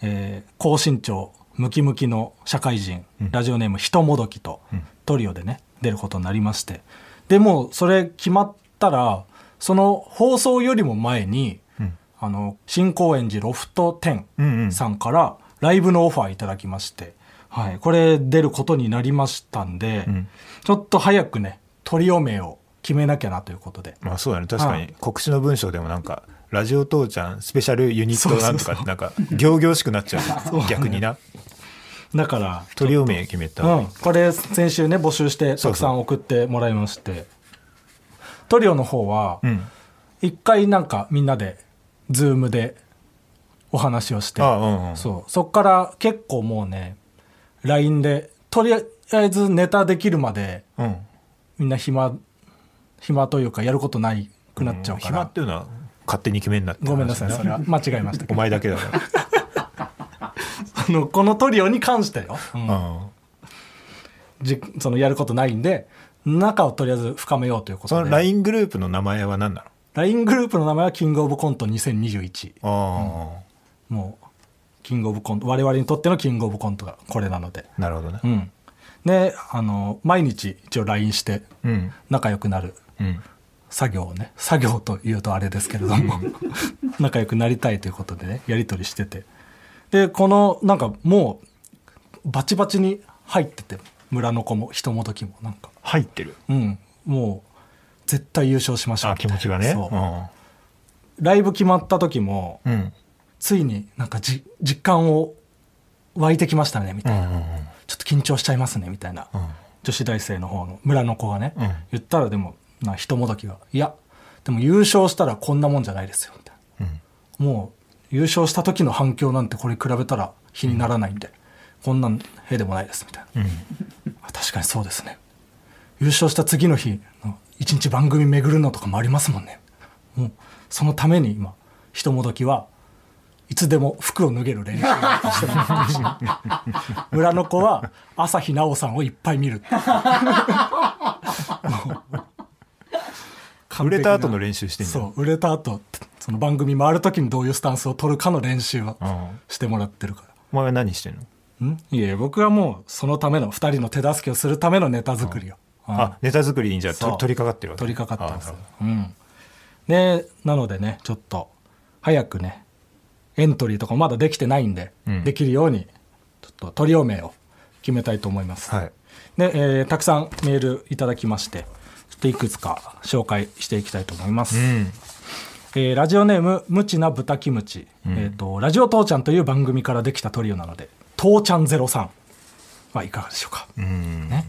[SPEAKER 3] えー高身長ムキムキの社会人、
[SPEAKER 2] うん
[SPEAKER 3] ラジオネームひともどきと、
[SPEAKER 2] うん
[SPEAKER 3] トリオでね出ることになりましてでもうそれ決まったらその放送よりも前に
[SPEAKER 2] うん
[SPEAKER 3] あの新高円寺ロフト
[SPEAKER 2] う
[SPEAKER 3] 10
[SPEAKER 2] んうん
[SPEAKER 3] さんからライブのオファーいただきまして、はい、これ出ることになりましたんで、
[SPEAKER 2] うん
[SPEAKER 3] ちょっと早くねトリオ名を決めなきゃなということで
[SPEAKER 2] まあそうだね確か
[SPEAKER 3] は
[SPEAKER 2] に告知の文章でもなんか「ラジオ父ちゃんスペシャルユニットなんとか」っ
[SPEAKER 3] そうそうそう
[SPEAKER 2] てなんか行々しくなっ
[SPEAKER 3] *laughs*
[SPEAKER 2] ちゃう逆にな
[SPEAKER 3] だから
[SPEAKER 2] トリオ名決めた
[SPEAKER 3] うん、これ先週ね募集して
[SPEAKER 2] そうそ
[SPEAKER 3] た
[SPEAKER 2] う
[SPEAKER 3] くさん送ってもらいましてトリオの方は
[SPEAKER 2] うん
[SPEAKER 3] 一回なんかみんなでズームでお話をして
[SPEAKER 2] ああうんうん
[SPEAKER 3] そうそっから結構もうね LINE でとりあえずネタできるまで
[SPEAKER 2] うん
[SPEAKER 3] みんな暇暇というかやることないくなっちゃうから、
[SPEAKER 2] 暇っていうのは勝手に決めんなって話
[SPEAKER 3] ごめんなさいそれは間違えま
[SPEAKER 2] *laughs*
[SPEAKER 3] したけ
[SPEAKER 2] お
[SPEAKER 3] ど
[SPEAKER 2] 前だけだから
[SPEAKER 3] あのこのトリオに関してよ、 *laughs* うん
[SPEAKER 2] うん
[SPEAKER 3] じそのやることないんで仲をとりあえず深めようということ
[SPEAKER 2] その
[SPEAKER 3] で
[SPEAKER 2] LINE グループの名前は何な
[SPEAKER 3] LINE グループの名前はキングオブコント2021
[SPEAKER 2] のあ
[SPEAKER 3] もうキングオブコント我々にとってのキングオブコントがこれなので
[SPEAKER 2] あなるほどね
[SPEAKER 3] うんであの毎日一応 LINE して
[SPEAKER 2] うん
[SPEAKER 3] 仲良くなる
[SPEAKER 2] うん
[SPEAKER 3] 作業をね作業というとあれですけれ
[SPEAKER 2] *laughs*
[SPEAKER 3] ども仲良くなりたいということでねやり取りしててでこのなんかもうバチバチに入ってて村の子も人も時もなんか
[SPEAKER 2] 入ってる
[SPEAKER 3] うんもう絶対優勝しましょう
[SPEAKER 2] あ
[SPEAKER 3] みた
[SPEAKER 2] 気
[SPEAKER 3] いな
[SPEAKER 2] 持ちがね
[SPEAKER 3] そう
[SPEAKER 2] う
[SPEAKER 3] ライブ決まった時も
[SPEAKER 2] んうん
[SPEAKER 3] ついになんかじ実感を湧いてきましたねみ
[SPEAKER 2] う
[SPEAKER 3] たいな、
[SPEAKER 2] んうん
[SPEAKER 3] ちょっと緊張しちゃいますねみたいな、
[SPEAKER 2] うん
[SPEAKER 3] 女子大生の方の村の子がね、
[SPEAKER 2] うん
[SPEAKER 3] 言ったらでもな人もどきが「いやでも優勝したらこんなもんじゃないですよ」みたい
[SPEAKER 2] うん
[SPEAKER 3] なもう優勝した時の反響なんてこれ比べたら比にならないんで、こんなんへでもないですみたいな、
[SPEAKER 2] うん
[SPEAKER 3] あ確かにそうですね優勝した次の日の一日番組巡るのとかもありますもんねもうそのために今人もどきはいつでも服を脱げる練習をしてもらってるし村の子は朝日奈央さんをいっぱい見
[SPEAKER 2] *laughs*
[SPEAKER 3] るっていうもう
[SPEAKER 2] 売れた後の練習してんじゃん
[SPEAKER 3] そう売れた後その番組回る時にどういうスタンスを取るかの練習は
[SPEAKER 2] うん
[SPEAKER 3] してもらってるから
[SPEAKER 2] お前は何してんの
[SPEAKER 3] んいえ僕はもうそのための2人の手助けをするためのネタ作りを、うん
[SPEAKER 2] あネタ作りにじゃあ
[SPEAKER 3] そう
[SPEAKER 2] と取り掛かってるわけ
[SPEAKER 3] 取り掛かってます
[SPEAKER 2] あなる
[SPEAKER 3] うんでなのでねちょっと早くねエントリーとかまだできてないんで、
[SPEAKER 2] うん
[SPEAKER 3] できるようにちょっとトリオ名を決めたいと思います、
[SPEAKER 2] ほどはい
[SPEAKER 3] で、えーたくさんメールいただきましてちょっといくつか紹介していきたいと思います、
[SPEAKER 2] うん
[SPEAKER 3] えーラジオネーム「無知な豚キムチ」えーと「ラジオ父ちゃん」という番組からできたトリオなので「父ちゃん03」はいかがでしょうか、
[SPEAKER 2] うん
[SPEAKER 3] ね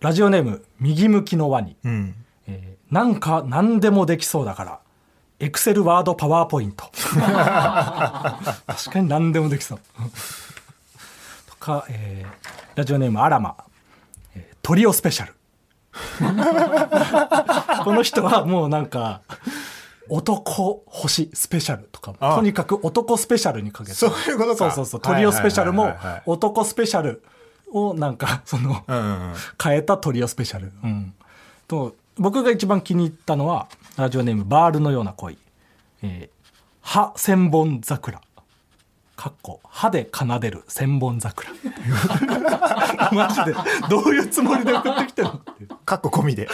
[SPEAKER 3] ラジオネーム「右向きのワニ」
[SPEAKER 2] うん
[SPEAKER 3] えーなんか何でもできそうだからエクセルワードパワーポイント確かに何でもできそうとか、えーラジオネームアラマ、えートリオスペシャルこの人はもうなんか男星スペシャルとかも
[SPEAKER 2] あ
[SPEAKER 3] とにかく男スペシャルにかけて
[SPEAKER 2] そういうことか
[SPEAKER 3] そうそうそうトリオスペシャル
[SPEAKER 2] はい
[SPEAKER 3] も
[SPEAKER 2] はいはいはいはい
[SPEAKER 3] 男スペシャルをなんかその
[SPEAKER 2] うんうんうん
[SPEAKER 3] 変えたトリオスペシャル、うん、と僕が一番気に入ったのはラジオネームバールのような恋えー葉千本桜かっこ歯で奏でる千本桜 *laughs* マジでどういうつもりで送ってきてるのっていう
[SPEAKER 2] かっこ
[SPEAKER 3] *laughs*
[SPEAKER 2] 込みで。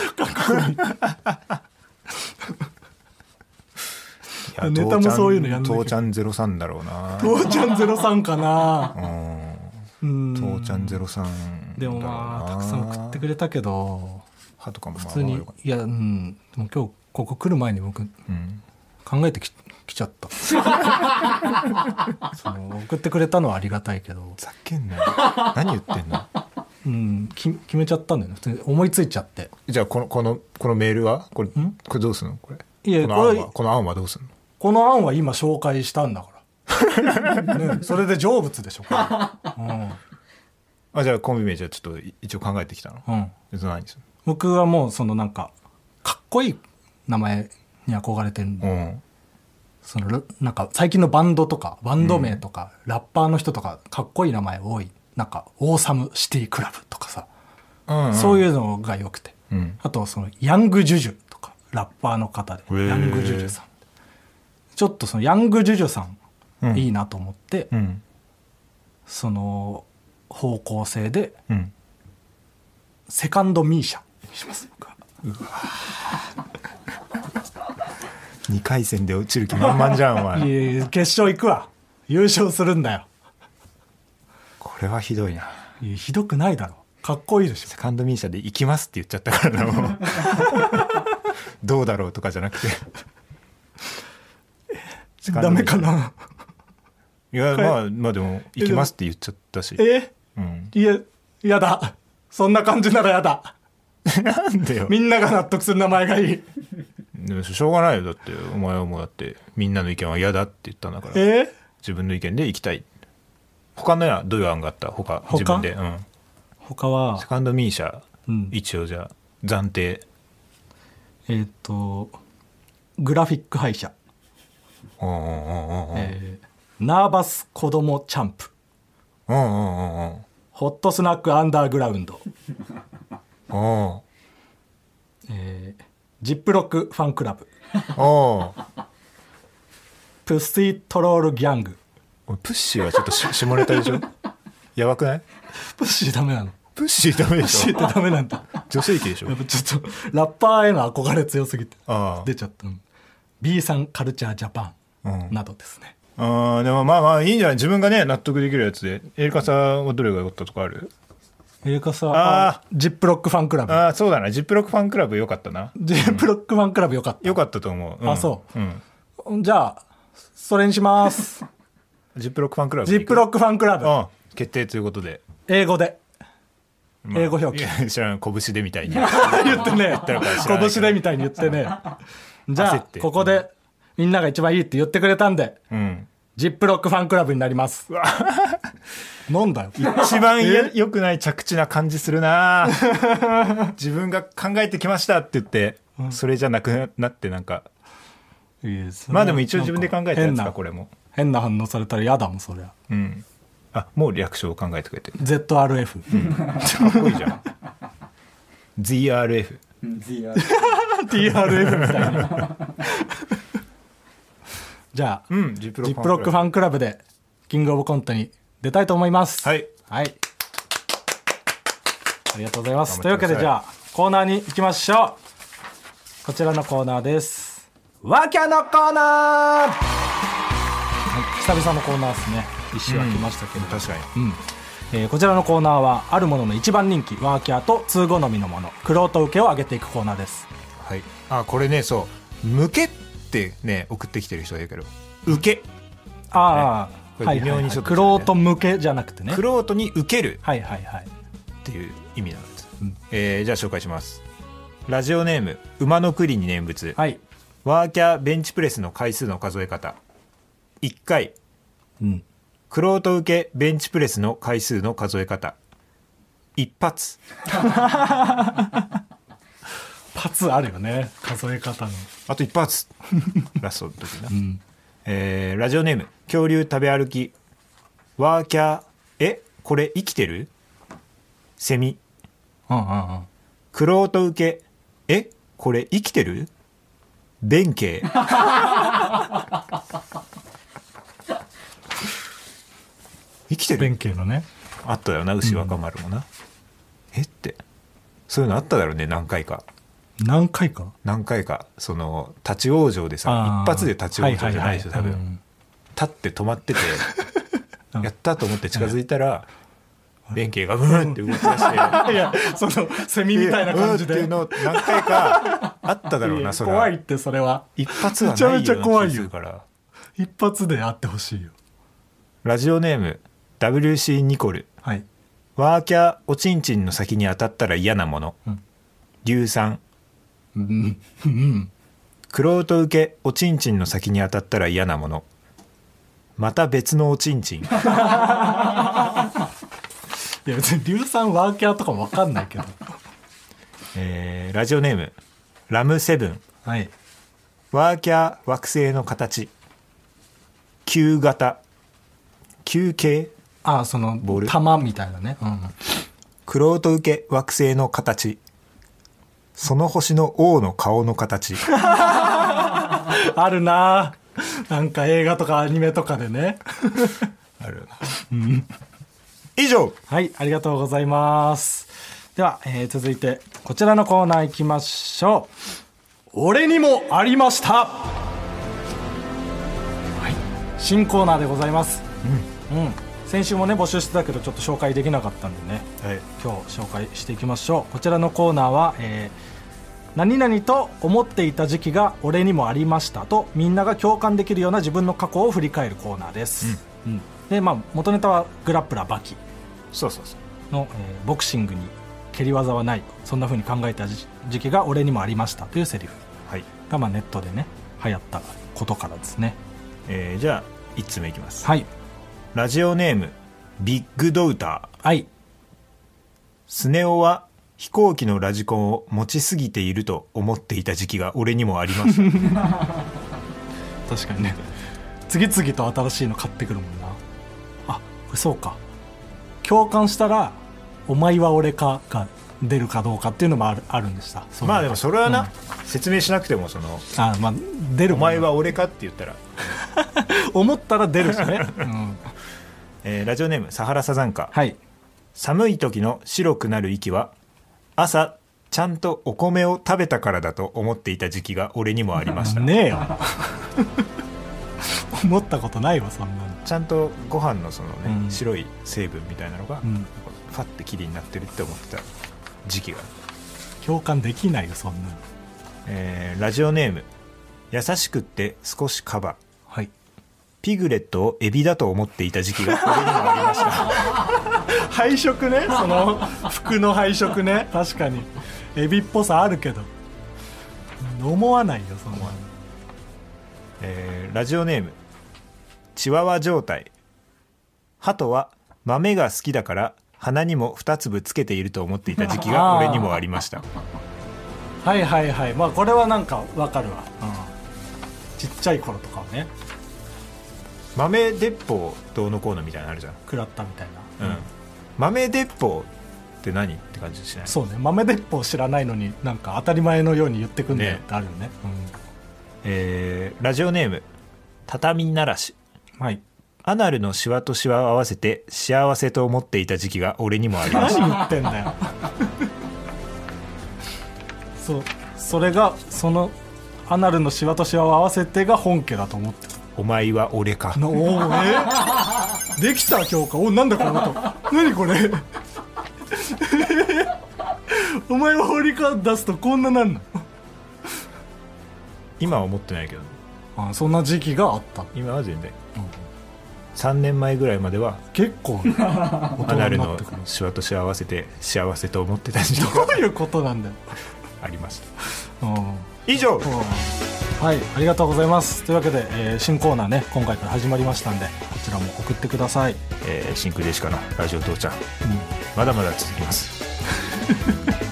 [SPEAKER 2] いや
[SPEAKER 3] ネタもそういうのやんなきゃ
[SPEAKER 2] 父ちゃん父ちゃん03だろうな。
[SPEAKER 3] 父ちゃん03か
[SPEAKER 2] う
[SPEAKER 3] なんうん
[SPEAKER 2] 父ちゃん03。
[SPEAKER 3] でもまあたくさん送ってく
[SPEAKER 2] れ。
[SPEAKER 3] れたけど
[SPEAKER 2] 歯とかもまあ
[SPEAKER 3] 普通
[SPEAKER 2] まあ
[SPEAKER 3] に
[SPEAKER 2] よかった
[SPEAKER 3] いやうんでも今日ここ来る前に僕
[SPEAKER 2] うん
[SPEAKER 3] 考えてききちゃった
[SPEAKER 2] *laughs*
[SPEAKER 3] その送ってくれたのはありがたいけど、
[SPEAKER 2] ざけんなよ。何言ってん
[SPEAKER 3] *laughs*
[SPEAKER 2] の
[SPEAKER 3] うん、き決めちゃったんだよね普通に思いついちゃって
[SPEAKER 2] じゃあこの、この、このメールはこれ、これどうすんのこれ。
[SPEAKER 3] いや
[SPEAKER 2] この案
[SPEAKER 3] こ
[SPEAKER 2] は、
[SPEAKER 3] れ
[SPEAKER 2] この案はどうすんの
[SPEAKER 3] この案は今紹介したんだから、
[SPEAKER 2] *laughs*
[SPEAKER 3] ね、それで成仏でしょこれうん
[SPEAKER 2] あ、じゃあコンビ名じゃあちょっと一応考えてきたの。
[SPEAKER 3] うん、
[SPEAKER 2] でその何にする
[SPEAKER 3] 僕はもうそのなんかかっこいい名前に憧れてるん
[SPEAKER 2] う
[SPEAKER 3] で、
[SPEAKER 2] ん。
[SPEAKER 3] そのラなんか最近のバンドとかバンド名とか、ラッパーの人とかかっこいい名前多いなんかオーサムシティクラブとかさ、
[SPEAKER 2] うんうん。
[SPEAKER 3] そう
[SPEAKER 2] う。
[SPEAKER 3] いうのが良くて
[SPEAKER 2] うん。
[SPEAKER 3] あとそのヤングジュジュとかラッパーの方で
[SPEAKER 2] へえ
[SPEAKER 3] ヤングジュジュさんちょっとそのヤングジュジュさん、
[SPEAKER 2] うん
[SPEAKER 3] いいなと思って、
[SPEAKER 2] うん。
[SPEAKER 3] その方向性で
[SPEAKER 2] うん。
[SPEAKER 3] セカンドミーシャにします僕は
[SPEAKER 2] 2回戦で落ちる気満々じゃん、お前。
[SPEAKER 3] *laughs* いえいえ決勝行くわ優勝するんだよ
[SPEAKER 2] これはひどいな。
[SPEAKER 3] いやひどくないだろかっこいいでしょ
[SPEAKER 2] セカンドミーシャで行きますって言っちゃったからな、
[SPEAKER 3] *laughs*
[SPEAKER 2] もうどうだろうとかじゃなくて。セカン
[SPEAKER 3] ダ
[SPEAKER 2] ドミ
[SPEAKER 3] メ
[SPEAKER 2] ーシャ
[SPEAKER 3] かない
[SPEAKER 2] や、まあ、まあでも、行きますって言っちゃったし。
[SPEAKER 3] え
[SPEAKER 2] うん。 *laughs*
[SPEAKER 3] いややだそんな感じならやだ
[SPEAKER 2] なんでよ。
[SPEAKER 3] みんなが納得する名前がいい
[SPEAKER 2] でもしょうがないよ。だって、お前はもうだって、みんなの意見は嫌だって言ったんだから。
[SPEAKER 3] え
[SPEAKER 2] 自分の意見で行きたい。他のや、どういう案があった他、
[SPEAKER 3] 他
[SPEAKER 2] 自分で。うん。
[SPEAKER 3] 他は
[SPEAKER 2] セカンドミーシャ、
[SPEAKER 3] うん
[SPEAKER 2] 一応じゃあ、暫定。
[SPEAKER 3] えーっ、とグラフィック敗者、
[SPEAKER 2] うんうんうんうんうん。
[SPEAKER 3] えーナーバス子供チャンプ
[SPEAKER 2] うんうんうんうん。
[SPEAKER 3] ホットスナックアンダーグラウンド、
[SPEAKER 2] おう
[SPEAKER 3] えージップロックファンクラブ
[SPEAKER 2] おう
[SPEAKER 3] プッシートロールギャング
[SPEAKER 2] おいプッシーはちょっ
[SPEAKER 3] *laughs*
[SPEAKER 2] とし下ネタでしょやばくない
[SPEAKER 3] プッシーダメなの
[SPEAKER 2] プッシーダメで
[SPEAKER 3] プッシ
[SPEAKER 2] し
[SPEAKER 3] ー
[SPEAKER 2] ょ
[SPEAKER 3] ってダメなんだ
[SPEAKER 2] 女性器でしょ
[SPEAKER 3] *laughs* やっぱちょっとラッパーへの憧れ強すぎて
[SPEAKER 2] ああ
[SPEAKER 3] 出ちゃった B さんカルチャージャパ
[SPEAKER 2] うん
[SPEAKER 3] ンなどですね、
[SPEAKER 2] あーでもまあまあいいんじゃない自分がね納得できるやつでエリカさんはどれが良かったとかある
[SPEAKER 3] ええかさ
[SPEAKER 2] あ
[SPEAKER 3] ジップロックファンクラブ
[SPEAKER 2] ああそうだなジップロックファンクラブ良かったな
[SPEAKER 3] ジップロックファンクラブよかっ
[SPEAKER 2] 良かったと思う、うん
[SPEAKER 3] あそ
[SPEAKER 2] うん、
[SPEAKER 3] た、じゃあそれにします *laughs*
[SPEAKER 2] ジップロックファンクラブ
[SPEAKER 3] ジップロ
[SPEAKER 2] ッ
[SPEAKER 3] ックファンクラブ
[SPEAKER 2] うん決定ということで、
[SPEAKER 3] 英語で
[SPEAKER 2] まあ
[SPEAKER 3] 英語表記
[SPEAKER 2] いや知らん拳でみ
[SPEAKER 3] *laughs*
[SPEAKER 2] たいに
[SPEAKER 3] 言ってね
[SPEAKER 2] たのか知らないけど
[SPEAKER 3] 拳でみたいに言 *laughs* ってねじゃ
[SPEAKER 2] 焦
[SPEAKER 3] あ
[SPEAKER 2] って
[SPEAKER 3] ここでみんなが一番いいって言ってくれたんで
[SPEAKER 2] うん
[SPEAKER 3] ジップロックファンクラブになります *laughs* なんだよ
[SPEAKER 2] 一番や良くない着地な感じするな *laughs* 自分が考えてきましたって言って、それじゃなくなってなんかまあでも一応自分で考えたやつ
[SPEAKER 3] なん
[SPEAKER 2] か
[SPEAKER 3] 変
[SPEAKER 2] こ
[SPEAKER 3] な
[SPEAKER 2] れも
[SPEAKER 3] 変な反応されたら嫌だもんそりゃ
[SPEAKER 2] うんあもう略称を考えてくれて
[SPEAKER 3] ZRF、
[SPEAKER 2] *laughs*
[SPEAKER 3] *laughs*
[SPEAKER 2] かっこいいじゃん ZRF
[SPEAKER 3] TRF みたいな *laughs* じゃあ、
[SPEAKER 2] うんジップ
[SPEAKER 3] ジップロックファ
[SPEAKER 2] ン
[SPEAKER 3] ンクラブでキングオブコントに出たいと思います
[SPEAKER 2] はい、
[SPEAKER 3] はい、ありがとうございますとい
[SPEAKER 2] 頑張
[SPEAKER 3] う
[SPEAKER 2] っ
[SPEAKER 3] わ
[SPEAKER 2] て
[SPEAKER 3] け
[SPEAKER 2] ください
[SPEAKER 3] でじゃあコーナーに行きましょうこちらのコーナーですワキャのコーナー、はい、久々のコーナーですね一周空きましたけれど、
[SPEAKER 2] 確かに
[SPEAKER 3] うんえーこちらのコーナーはあるものの一番人気ワーキャーと通好みのものクロート受けを上げていくコーナーです
[SPEAKER 2] はいあこれねそう「向け」ってね送ってきてる人がいるけど「受け」
[SPEAKER 3] ああ、
[SPEAKER 2] ね
[SPEAKER 3] は
[SPEAKER 2] これ
[SPEAKER 3] い
[SPEAKER 2] 微
[SPEAKER 3] は
[SPEAKER 2] 妙
[SPEAKER 3] いはい
[SPEAKER 2] にちょっと
[SPEAKER 3] クロート向けじゃなくてね
[SPEAKER 2] 玄人に受ける
[SPEAKER 3] はいはいはい
[SPEAKER 2] っていう意味なんです、えーじゃあ紹介しますラジオネーム「馬の栗に念仏」
[SPEAKER 3] はい
[SPEAKER 2] ワーキャーベンチプレスの回数の数え方1回
[SPEAKER 3] うん
[SPEAKER 2] クロート受けベンチプレスの回数の数え方一発
[SPEAKER 3] パツあるよね数え方の
[SPEAKER 2] あと一発 *laughs* ラストの時な、えーラジオネーム恐竜食べ歩きワーキャーえこれ生きてるセミ
[SPEAKER 3] うんうんうん
[SPEAKER 2] クロート受けえこれ生きてる弁慶 *laughs* 生きてる
[SPEAKER 3] 弁慶のね
[SPEAKER 2] あったよな牛若丸もな、えってそういうのあっただろうね何回か
[SPEAKER 3] 何回か
[SPEAKER 2] 何回かその立ち往生でさ
[SPEAKER 3] あー
[SPEAKER 2] 一発で立ち往生じゃないでしょ
[SPEAKER 3] は
[SPEAKER 2] 多
[SPEAKER 3] はは
[SPEAKER 2] 分、立って止まってて
[SPEAKER 3] *laughs* うん
[SPEAKER 2] やったと思って近づいたら弁慶がブーンって動き出して
[SPEAKER 3] うんいやそのセ *laughs* ミみたいな感じ
[SPEAKER 2] う
[SPEAKER 3] で
[SPEAKER 2] んっていうの何回かあっただろう
[SPEAKER 3] いや
[SPEAKER 2] なそれ
[SPEAKER 3] 怖いってそれは
[SPEAKER 2] 一発はないような
[SPEAKER 3] めちゃめちゃ怖いよ
[SPEAKER 2] 気するから
[SPEAKER 3] 一発であってほしいよ
[SPEAKER 2] ラジオネーム WC ニコル
[SPEAKER 3] はい
[SPEAKER 2] ワーキャーおちんちんの先に当たったら嫌なもの、
[SPEAKER 3] うん
[SPEAKER 2] 硫酸
[SPEAKER 3] うんうん
[SPEAKER 2] クロート受けおちんちんの先に当たったら嫌なものまた別のおちんち
[SPEAKER 3] *laughs*
[SPEAKER 2] ん
[SPEAKER 3] いや別に硫酸ワーキャーとかも分かんない
[SPEAKER 2] *laughs*
[SPEAKER 3] けど
[SPEAKER 2] えーラジオネームラムセブン
[SPEAKER 3] はい
[SPEAKER 2] ワーキャー惑星の形球型球形
[SPEAKER 3] ああその
[SPEAKER 2] ボール
[SPEAKER 3] 玉みたいなね、うん、
[SPEAKER 2] クロート受け惑星の形その星の王の顔の形
[SPEAKER 3] あるなぁなんか映画とかアニメとかでね
[SPEAKER 2] ある以上
[SPEAKER 3] はい、ありがとうございます。では、えー続いて、こちらのコーナー行きましょう。俺にもありましたはい、新コーナーでございます。うん。先週もね、募集してたけど、ちょっと紹介できなかったんでね、
[SPEAKER 2] はい
[SPEAKER 3] 今日紹介していきましょう。こちらのコーナーは、えー何々と思っていた時期が俺にもありましたとみんなが共感できるような自分の過去を振り返るコーナーです、うんでまあ元ネタはグラップラーバキ
[SPEAKER 2] そうそうそう
[SPEAKER 3] の、えーボクシングに蹴り技はないそんな風に考えた時時期が俺にもありましたというセリフ
[SPEAKER 2] はい、
[SPEAKER 3] が、まあ、ネットでね流行ったことからですね
[SPEAKER 2] えーじゃあ1つ目いきます
[SPEAKER 3] はい
[SPEAKER 2] ラジオネームビッグドウター
[SPEAKER 3] はい
[SPEAKER 2] スネ夫は飛行機のラジコンを持ちすぎていると思っていた時期が俺にもありま *laughs* した
[SPEAKER 3] 確かにね次々と新しいの買ってくるもんなあこれそうか共感したら「お前は俺か」が出るかどうかっていうのもあるあるんでしたそういう
[SPEAKER 2] まあでもそれはな、説明しなくてもその
[SPEAKER 3] あまあ出
[SPEAKER 2] 「
[SPEAKER 3] る
[SPEAKER 2] お
[SPEAKER 3] もん
[SPEAKER 2] 前
[SPEAKER 3] ね
[SPEAKER 2] は俺か」って言ったら、
[SPEAKER 3] 思ったら出るしね、うん、
[SPEAKER 2] えーラジオネームサハラサザンカ *laughs*
[SPEAKER 3] はい
[SPEAKER 2] 寒い時の白くなる息は朝ちゃんとお米を食べたからだと思っていた時期が俺にもありました、
[SPEAKER 3] ねえよ *laughs* 思ったことないわそんなの
[SPEAKER 2] ちゃんとご飯のそのね、
[SPEAKER 3] うん
[SPEAKER 2] 白い成分みたいなのが、
[SPEAKER 3] うん
[SPEAKER 2] ファッてきれいになってるって思ってた時期が、
[SPEAKER 3] 共感できないよそんなの
[SPEAKER 2] えーラジオネーム「優しくって少しカバ」
[SPEAKER 3] はい
[SPEAKER 2] ピグレットをエビだと思っていた時期が俺にもありました
[SPEAKER 3] 配色 *laughs* ねその服の配色ね確かにエビっぽさあるけど思わないよそんなの
[SPEAKER 2] えーラジオネーム「チワワ状態」鳩は豆が好きだから鼻にも2粒つけていると思っていた時期が俺にもありました
[SPEAKER 3] はいはいはいまあこれはなんかわかるわ、うんちっちゃい頃とかはね
[SPEAKER 2] 豆鉄砲どうのこうのみたいなのあるじゃん、
[SPEAKER 3] 食らったみたいな、
[SPEAKER 2] うん、豆鉄砲って何って感じしない
[SPEAKER 3] そうね豆鉄砲知らないのになんか当たり前のように言ってくんだよってあるよね
[SPEAKER 2] えーラジオネーム「畳ならし」
[SPEAKER 3] うんはい
[SPEAKER 2] アナルのシワとシワを合わせて幸せと思っていた時期が俺にもありました
[SPEAKER 3] 何言ってんだよそうそれがそのアナルのシワとシワを合わせてが本家だと思って
[SPEAKER 2] お前は俺か
[SPEAKER 3] たのおおえーできた今日かおなんだこの音何これお前は堀川出すとこんななんの
[SPEAKER 2] 今は思ってないけど
[SPEAKER 3] あそんな時期があった
[SPEAKER 2] 今は全然、3年前ぐらいまでは
[SPEAKER 3] 結構大
[SPEAKER 2] アナ
[SPEAKER 3] 人
[SPEAKER 2] ル
[SPEAKER 3] になっ
[SPEAKER 2] の
[SPEAKER 3] てくる
[SPEAKER 2] シワとシワを合わせて幸せと思ってた時期
[SPEAKER 3] *laughs* ど
[SPEAKER 2] が
[SPEAKER 3] ういうことなんだよ、
[SPEAKER 2] ありました
[SPEAKER 3] うん
[SPEAKER 2] 以上
[SPEAKER 3] はい、ありがとうございます。というわけで、えー新コーナーね、今回から始まりましたんで、こちらも送ってください。
[SPEAKER 2] えー真空でしかのラジオ父ちゃんまだまだ続きます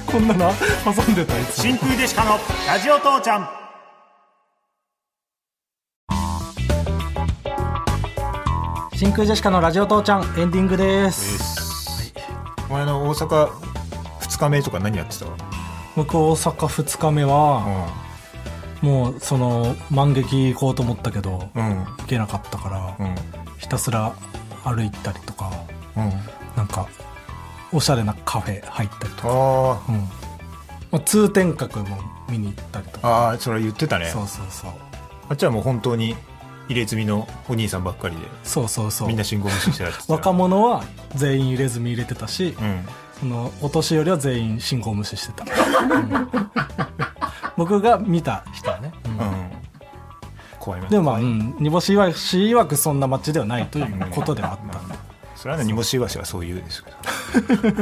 [SPEAKER 3] こんなの *laughs* 挟んでたいつも
[SPEAKER 2] 空でしかのラジオ父ちゃん
[SPEAKER 3] 真空ジェシカのラジオ父ちゃん、エンディングです。
[SPEAKER 2] お前の大阪2日目とか何やってた
[SPEAKER 3] 僕大阪2日目は、もうその満劇行こうと思ったけど、
[SPEAKER 2] うんうん
[SPEAKER 3] 行けなかったから、
[SPEAKER 2] うん
[SPEAKER 3] ひたすら歩いたりとか
[SPEAKER 2] うん
[SPEAKER 3] なんかおしゃれなカフェ入ったりとか、
[SPEAKER 2] あ
[SPEAKER 3] うんまあ、通天閣も見に行ったりと
[SPEAKER 2] ー
[SPEAKER 3] か
[SPEAKER 2] あーそれ言ってたね
[SPEAKER 3] そうそうそう
[SPEAKER 2] あっちはもう本当に入れ墨のお兄さんばっかりで
[SPEAKER 3] そうそうそう
[SPEAKER 2] みんな信号無視してたって言ってた
[SPEAKER 3] 若者は全員入れ墨入れてたし、
[SPEAKER 2] うん
[SPEAKER 3] そのお年寄りは全員信号無視してた、うん *laughs* 僕が見た人はね、うん
[SPEAKER 2] うん怖いもん
[SPEAKER 3] でもまあ、うん、煮干しいわし曰くそんな街ではないということではあったんで、
[SPEAKER 2] それはね煮干しわしはそう言うですけど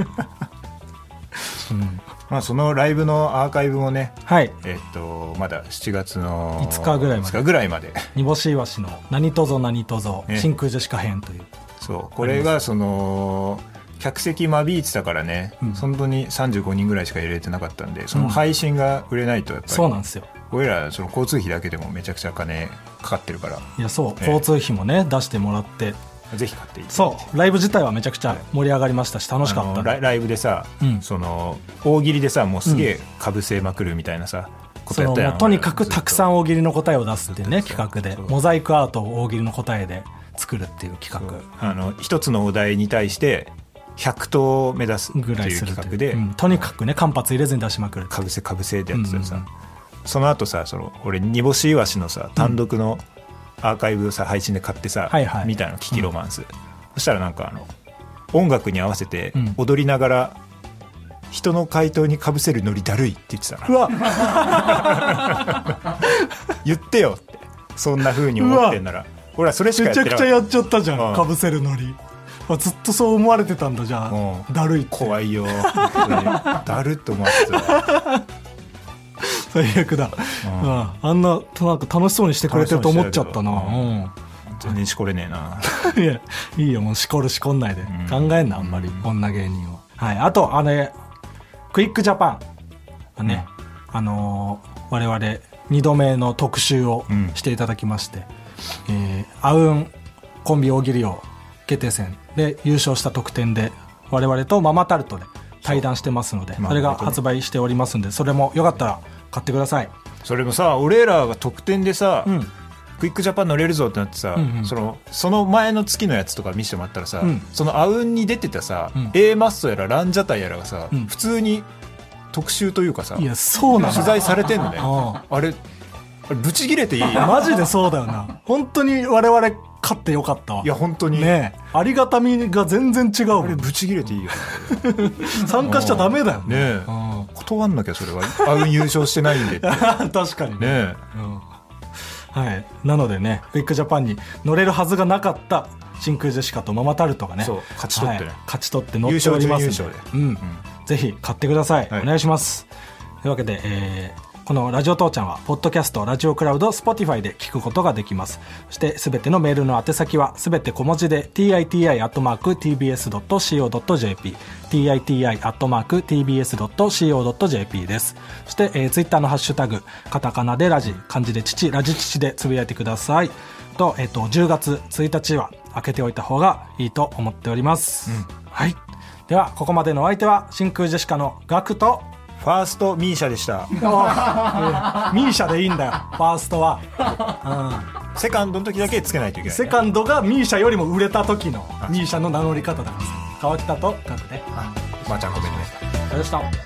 [SPEAKER 3] うん
[SPEAKER 2] まあそのライブのアーカイブもね
[SPEAKER 3] はい
[SPEAKER 2] えっとまだ7月の
[SPEAKER 3] 5日ぐらいまで
[SPEAKER 2] 5日ぐらいまで
[SPEAKER 3] 煮干しいわしの「何とぞ何とぞ
[SPEAKER 2] ね
[SPEAKER 3] 真空ジェシカ編」という
[SPEAKER 2] そうこれがその客席間引いてたからね、
[SPEAKER 3] うん
[SPEAKER 2] 本当に35人ぐらいしか入れてなかったんでそうの
[SPEAKER 3] ん
[SPEAKER 2] 配信が売れないとやっぱり、
[SPEAKER 3] そうなんですよ
[SPEAKER 2] 俺らその交通費だけでもめちゃくちゃ金かかってるから
[SPEAKER 3] いやそう
[SPEAKER 2] ええ
[SPEAKER 3] 交通費もね出してもらって
[SPEAKER 2] ぜひ買っていい
[SPEAKER 3] そうライブ自体はめちゃくちゃ盛り上がりましたし楽しかった
[SPEAKER 2] あのライライブでさ、
[SPEAKER 3] うん
[SPEAKER 2] その大喜利でさもうすげえかぶせまくるみたいなさ、こと
[SPEAKER 3] そ
[SPEAKER 2] や
[SPEAKER 3] の
[SPEAKER 2] ったや
[SPEAKER 3] も
[SPEAKER 2] ん
[SPEAKER 3] うとにかく
[SPEAKER 2] 俺ら
[SPEAKER 3] たくさん大喜利の答えを出すっていうね
[SPEAKER 2] ずっと
[SPEAKER 3] 企画で
[SPEAKER 2] そう
[SPEAKER 3] モザイクアートを大喜利の答えで作るっていう企
[SPEAKER 2] そう
[SPEAKER 3] 画
[SPEAKER 2] あの一つのお題に対して100答を目指すって
[SPEAKER 3] ぐらい
[SPEAKER 2] いう
[SPEAKER 3] する
[SPEAKER 2] 企
[SPEAKER 3] という
[SPEAKER 2] 画で、
[SPEAKER 3] うんとにかくね間髪入れずに出し
[SPEAKER 2] *laughs*
[SPEAKER 3] まくる
[SPEAKER 2] かぶせかぶせでやってたらさ、
[SPEAKER 3] うんうん
[SPEAKER 2] その後さその俺煮干しイワシのさ単独のアーカイブをさ配信で買ってさ、
[SPEAKER 3] はいはい
[SPEAKER 2] 見たの「キキロマンス」そしたらなんかあの音楽に合わせて
[SPEAKER 3] うん
[SPEAKER 2] 踊りながら、人の回答にかぶせるノリだるいって言ってた
[SPEAKER 3] う
[SPEAKER 2] な
[SPEAKER 3] わ
[SPEAKER 2] 言ってよってそんな風に思ってんなら俺はそれしかや
[SPEAKER 3] め
[SPEAKER 2] っ
[SPEAKER 3] ち
[SPEAKER 2] て
[SPEAKER 3] ゃ
[SPEAKER 2] な
[SPEAKER 3] く
[SPEAKER 2] かっ
[SPEAKER 3] ちゃ
[SPEAKER 2] た
[SPEAKER 3] やっちゃったじゃ
[SPEAKER 2] うん
[SPEAKER 3] んかぶせるのりあずっとそう思われてたんだじゃあ
[SPEAKER 2] うん
[SPEAKER 3] だるいって
[SPEAKER 2] 怖いよ本当にだるっと思ってた
[SPEAKER 3] *laughs*
[SPEAKER 2] わ
[SPEAKER 3] 最悪だ
[SPEAKER 2] うん
[SPEAKER 3] うんあんなとなんか楽しそうにしてくれてると思っちゃったな
[SPEAKER 2] 楽しそう
[SPEAKER 3] うん
[SPEAKER 2] 全然しこれねえない
[SPEAKER 3] や *laughs* いいよもうしこるしこんないで
[SPEAKER 2] ん
[SPEAKER 3] 考えんなあんまり女芸人をはいあとあれクイックジャパンねあのー我々2度目の特集を
[SPEAKER 2] うん
[SPEAKER 3] していただきましてえーあうんコンビ大喜利王決定戦で優勝した特典で我々とママタルトで対談してますので
[SPEAKER 2] まあ
[SPEAKER 3] それが
[SPEAKER 2] 本当に
[SPEAKER 3] 発売しておりますんでそれもよかったら買ってください
[SPEAKER 2] それもさ俺らが得点でさ、
[SPEAKER 3] うん
[SPEAKER 2] クイックジャパン乗れるぞってなってさ、
[SPEAKER 3] うんうん
[SPEAKER 2] そのその前の月のやつとか見せてもらったらさ、
[SPEAKER 3] うん
[SPEAKER 2] そのあうんに出てたさ、
[SPEAKER 3] うん
[SPEAKER 2] A マッソやらランジャタイやらがさ、
[SPEAKER 3] うん
[SPEAKER 2] 普通に特集というかさ
[SPEAKER 3] いやそうなの
[SPEAKER 2] 取材されてんのね
[SPEAKER 3] あ
[SPEAKER 2] あれあれブチ切れていいい
[SPEAKER 3] マジでそうだよな本当に我々勝ってよかったわ
[SPEAKER 2] や本当に、
[SPEAKER 3] ねえありがたみが全然違うも
[SPEAKER 2] あれ
[SPEAKER 3] ん
[SPEAKER 2] ブチ切れていいよ
[SPEAKER 3] *laughs* 参加しちゃダメだよね
[SPEAKER 2] ねえ断んなきゃそれはあうん優勝してないん *laughs* でってね
[SPEAKER 3] うん *laughs* 確かにね、
[SPEAKER 2] え
[SPEAKER 3] うんはいなのでねクイックジャパンに乗れるはずがなかった真空ジェシカとママタルトがね
[SPEAKER 2] そう勝ち取ってね
[SPEAKER 3] はい勝ち取って乗っておりますん
[SPEAKER 2] 優勝準優勝
[SPEAKER 3] うんぜひ買ってください、
[SPEAKER 2] はい
[SPEAKER 3] お願いしますというわけで、えーこの「ラジオ父ちゃん」はポッドキャストラジオクラウド Spotify で聞くことができますそしてすべてのメールの宛先はすべて小文字で titi.tbs.co.jp titi.tbs.co.jp ですそして、えー、Twitter のハッシュタグカタカナでラジ漢字で父ラジ父でつぶやいてくださいと,、えー、と10月1日は開けておいた方がいいと思っております、はいではここまでのお相手は真空ジェシカのガクと
[SPEAKER 2] ファーストミーシャでした
[SPEAKER 3] ミーシャでいいんだよファーストは、
[SPEAKER 2] セカンドの時だけつけないといけ
[SPEAKER 3] うん、
[SPEAKER 2] ない、
[SPEAKER 3] セ
[SPEAKER 2] ね、
[SPEAKER 3] カンドがミーシャよりも売れた時のミーシャの名乗り方だからさ川北とガクで
[SPEAKER 2] まあちゃんごめんね
[SPEAKER 3] ありがとうございました